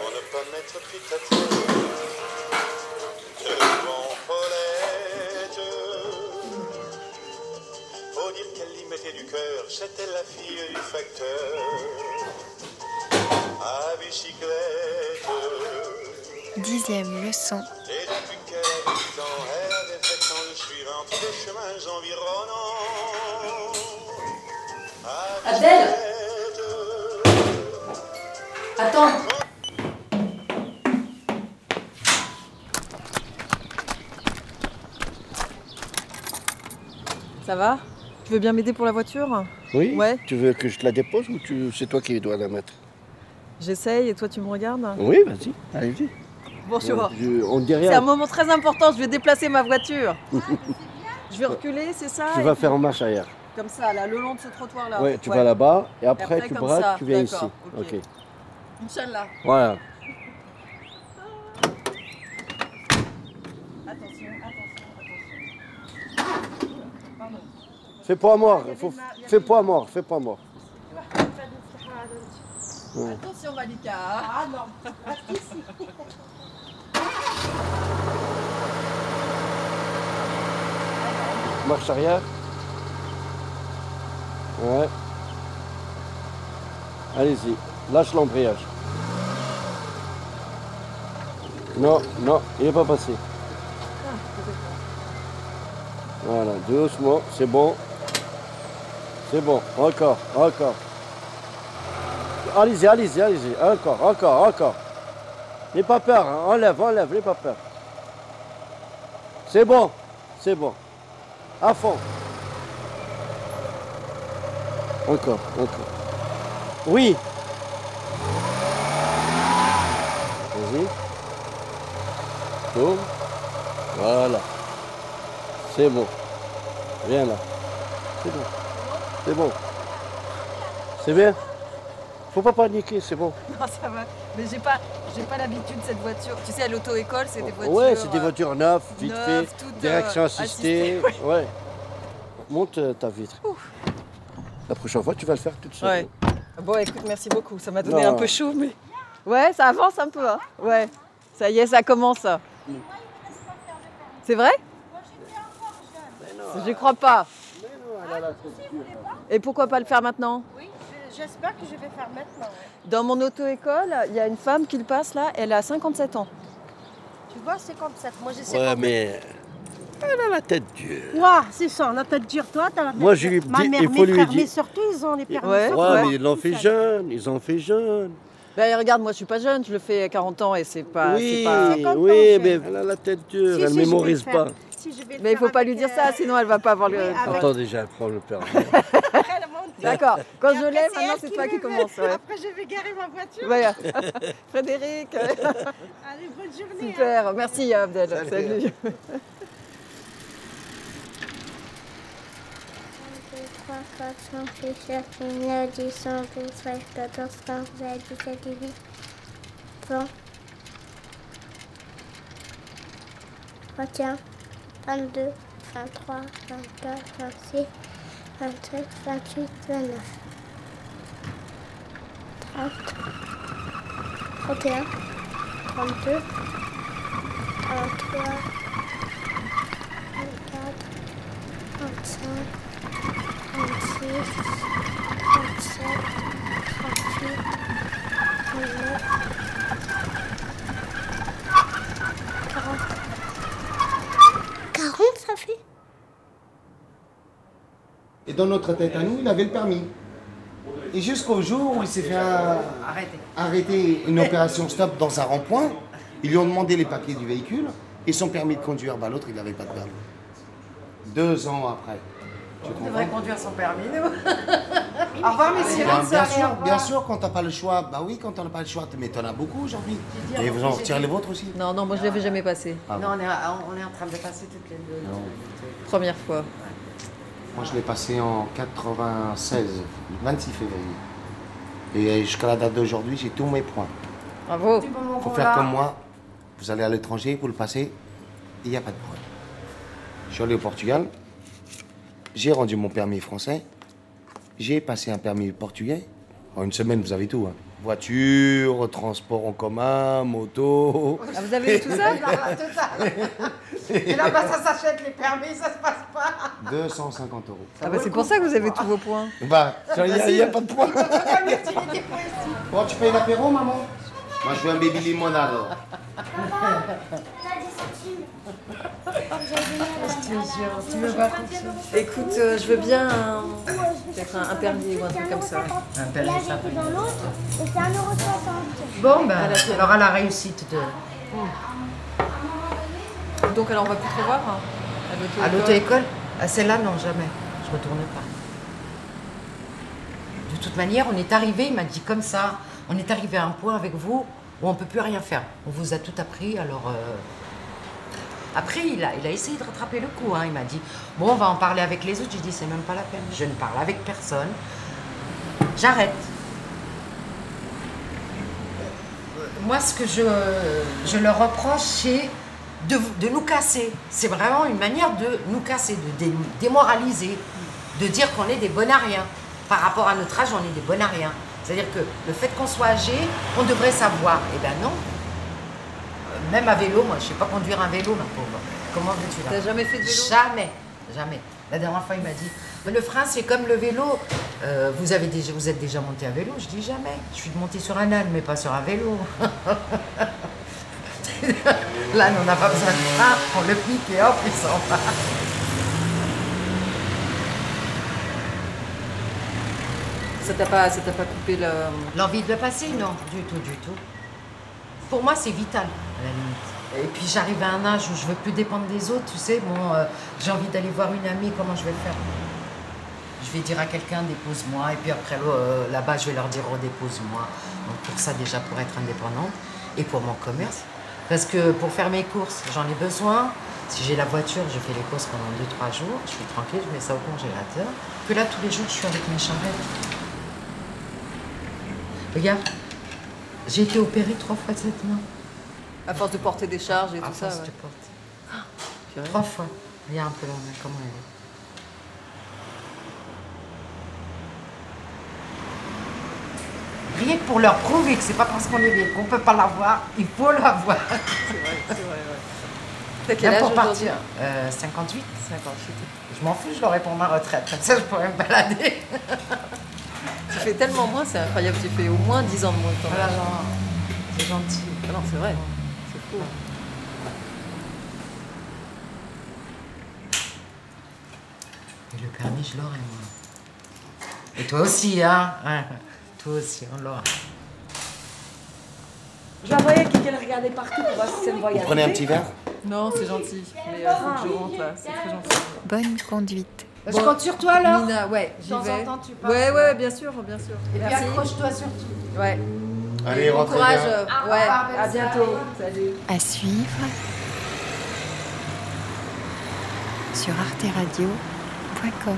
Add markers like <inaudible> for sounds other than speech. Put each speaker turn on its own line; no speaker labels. tête, puis ta tête devant Paulette. Faut dire qu'elle y mettait du cœur, c'était la fille du facteur à bicyclette.
Dixième leçon.
Et depuis qu'elle a huit ans, elle avait fait tant le suivant tous les chemins environnants. À
Abdel
bicyclette.
Attends
Ça va Tu veux bien m'aider pour la voiture
Oui
Ouais.
Tu veux que je te la dépose ou tu... c'est toi qui dois la mettre
J'essaye et toi tu me regardes
Oui, vas-y, allez-y.
Bonjour.
Je- On ne dit
C'est un
rien.
moment très important, je vais déplacer ma
<laughs>
voiture. je vais reculer, c'est ça
Tu
et
vas
puis
faire en marche arrière.
Comme ça, là, le long de ce trottoir là.
Ouais, tu vas là-bas et après,
Ah, après,
tu
comme
braques,
ça,
tu viens ici.
d'accord, ok.
ok.
Inch'Allah.
Voilà.
Attention, attention, attention. Pardon.
Fais pas à mort,
Il y avait
faut-
ma- il y avait
fais
ma-
pas à mort, fais pas à mort.
Attention Malika. Ah non. <laughs>
Marche arrière. Ouais. Allez-y, lâche l'embrayage. Non, non, il n'est pas passé. Voilà, doucement, c'est bon. C'est bon, encore, encore. Allez-y, allez-y, allez-y, encore, encore, encore. N'aie pas peur, hein. enlève, enlève, n'aie pas peur. C'est bon, c'est bon. À fond. Encore, encore. Oui. Vas-y. Tourne. Voilà. C'est bon. Viens là. C'est bon. C'est bon. C'est bien. Faut pas paniquer, c'est bon.
Non, ça va. Mais j'ai pas, j'ai pas l'habitude de cette voiture. Tu sais, à l'auto-école, c'est des voitures.
ouais, c'est des
euh,
voitures neuves, vite
neuves,
fait,
toutes, euh,
direction assistée.
assistées,
ouais. Monte euh, ta vitre. La prochaine fois, tu vas le faire toute seule.
Ouais. Ah Bon, écoute, merci beaucoup. Ça m'a donné
Non.
un peu chaud, mais. Ouais, ça avance un peu. Hein. Ouais. Ça y est, ça commence. C'est vrai Je crois pas. Et pourquoi pas le faire maintenant
Oui, je- j'espère que je vais faire maintenant. hein. ouais.
Dans mon auto-école, il y a une femme qui le passe là, elle a 57 ans.
Tu vois, c'est comme ça. Moi, je sais
Ouais,
pas.
mais elle a la tête dure.
Ouah, c'est ça, la tête dure, toi, t'as la tête
Moi, je
dure.
lui
Ma
dis-
mère,
il
mes
faut lui
frères,
dire-
mes soeurs, tous, ils ont les permis.
Ouais.
sur
Ouais,
toi.
mais ils l'ont fait jeune, ils ont fait jeune.
Ben, regarde, moi je suis pas jeune, je le fais à 40 ans et Bah, c'est pas. c'est
oui,
pas-
C'est comme
oui,
ton
mais
jeune.
elle a la tête
Si,
dure,
si,
elle
je
ne
vais le
mémorise
faire.
pas.
Si, je vais le
Mais il
faire
faut pas
avec,
lui dire
euh,
ça, sinon elle va pas avoir le.
oui, avec-
Attends déjà, elle prend le permis.
après, le monde.
D'accord. Quand
Et
je
après,
l'ai,
c'est
maintenant
elle
c'est toi
me
qui
veut.
commence. Ouais.
Après, je vais garer ma voiture.
Ouais. <laughs> Frédéric,
Allez, bonne journée. hein.
super. Merci Abdel. Salut.
Tiens, 22, 23, 24, 26, 27, 28, 29, 30, 31, 32, 33, 34, 35, 36, 37, 38, 39, 40. 40 ça fait
Et dans notre tête à nous, il avait le permis. Et jusqu'au jour où il s'est fait un- arrêter une opération stop dans un rond-point, ils lui ont demandé les papiers du véhicule et son permis de conduire. Bah, L'autre, il n'avait pas de permis. Deux ans après. Tu comprends
conduire son permis, nous. Au revoir, messieurs.
Ben, bien
Bonsoir.
sûr, bien sûr, quand t'as pas le choix, bah oui, quand t'as pas le choix, mais t'en as beaucoup aujourd'hui. Et vous en retirez les vôtres aussi.
Non, non, moi je l'avais jamais passé.
Non, on est, on est en train de passer toutes les deux.
Première fois.
Moi, je l'ai passé en 96, le 26 février. Et jusqu'à la date d'aujourd'hui, j'ai tous mes points.
Bravo.
Du moment
Faut
qu'on
faire
l'a-
comme moi. Vous allez à l'étranger, vous le passez, il n'y a pas de problème. Je suis allé au Portugal, j'ai rendu mon permis français, j'ai passé un permis portugais. En une semaine, vous avez tout. hein. Voiture, transport en commun, moto. <laughs>
Ah, vous avez eu tout ça
<laughs> Ah, total. Et là-bas, ça s'achète les permis, ça se passe
<laughs>
pas.
250 euros.
Ah bah c'est pour ça que vous avez tous vos points.
Bah, il n'y a, pas de point.
Pas l'utilité pour ici.
<laughs> Bon, tu payes l'apéro, maman Moi, je veux un baby limonade. alors.
T'as des centimes. J'ai donné à la
Tu veux pas
Écoute, euh, je veux bien un...
Ouais, je me suis
Peut-être un- un permis ou un truc comme ça, ouais.
Un permis, Là, j'étais dans l'autre, et c'est 1,60€.
Bon, ben, alors à la réussite de...
Mmh. Donc alors on va plus te revoir hein,
à
à l'auto-école.
l'auto-école Ah, Celle-là, non, jamais. Je retourne pas. De toute manière, on est arrivé, il m'a dit comme ça, on est arrivé à un point avec vous où on ne peut plus rien faire. On vous a tout appris, alors... euh, Après, il a, il a essayé de rattraper le coup. hein. Il m'a dit, bon, on va en parler avec les autres. J'ai dit, c'est même pas la peine. Je ne parle avec personne. J'arrête. Moi, ce que je, je leur reproche, c'est de, de nous casser. C'est vraiment une manière de nous casser, de dé- démoraliser, de dire qu'on est des bonariens. Par rapport à notre âge, on est des bonariens. C'est-à-dire que le fait qu'on soit âgé, on devrait savoir. Eh ben non. Euh, Même à vélo, moi, je ne sais pas conduire un vélo, ma pauvre. Comment veux-tu là
T'as jamais fait de vélo
Jamais, jamais. La dernière fois, il m'a dit Mais le frein, c'est comme le vélo. Euh, vous, avez déjà, vous êtes déjà monté à vélo Je dis jamais. Je suis montée sur un âne, mais pas sur un vélo. <laughs> L'âne, on n'a pas besoin de frein. On le pique et hop, il s'en va.
Ça t'a pas, ça t'a pas coupé le...
L'envie de le passer Non, du tout, du tout. Pour moi, c'est vital, à la limite. Et puis, j'arrive à un âge où je veux plus dépendre des autres, tu sais. Bon, euh, j'ai envie d'aller voir une amie, comment je vais le faire Je vais dire à quelqu'un, dépose-moi. Et puis après, euh, là-bas, je vais leur dire, redépose-moi. Donc, pour ça, déjà, pour être indépendante et pour mon commerce. Parce que pour faire mes courses, j'en ai besoin. Si j'ai la voiture, je fais les courses pendant 2-3 jours. Je suis tranquille, je mets ça au congélateur. Que là, tous les jours, je suis avec mes charrettes. Regarde, j'ai été opérée trois fois de cette main.
À force de porter des charges et tout Ah, ça.
force
ouais. Ah,
de porter. Trois fois. Regarde un peu la main, comment elle est. Rien que pour leur prouver que c'est pas parce qu'on est vieux qu'on peut pas l'avoir, il faut l'avoir.
T'as quel
Là
âge
pour
aujourd'hui
partir. Euh, 58.
58.
Je m'en fous, je l'aurai pour ma retraite. Comme ça, je pourrais me balader.
Tu fais tellement moins, c'est incroyable. Tu fais au moins 10 ans de moins de ton
Voilà,
âge.
genre, c'est gentil.
Ah Non, c'est vrai. C'est fou.
Et le permis, je l'aurai, moi. Et toi aussi, hein <laughs> Ouais, Toi aussi, on l'aura.
Je la voyais qui qu'elle regardait partout pour voir si ça me voyait.
Vous prenez un petit verre
Non, c'est gentil. Mais euh, faut que je rentre là. C'est très gentil.
Bonne conduite.
Je compte sur toi alors.
Nina, ouais,
De
j'y
temps en
vais.
temps, tu passes.
Ouais, ouais, bien sûr, bien sûr.
Et puis
Merci.
accroche-toi surtout.
Ouais.
Allez,
Bon
rentrez
courage.
bien.
euh,
Au
Ouais,
revoir, belle
à
soirée.
bientôt. Salut.
À suivre sur arteradio.com.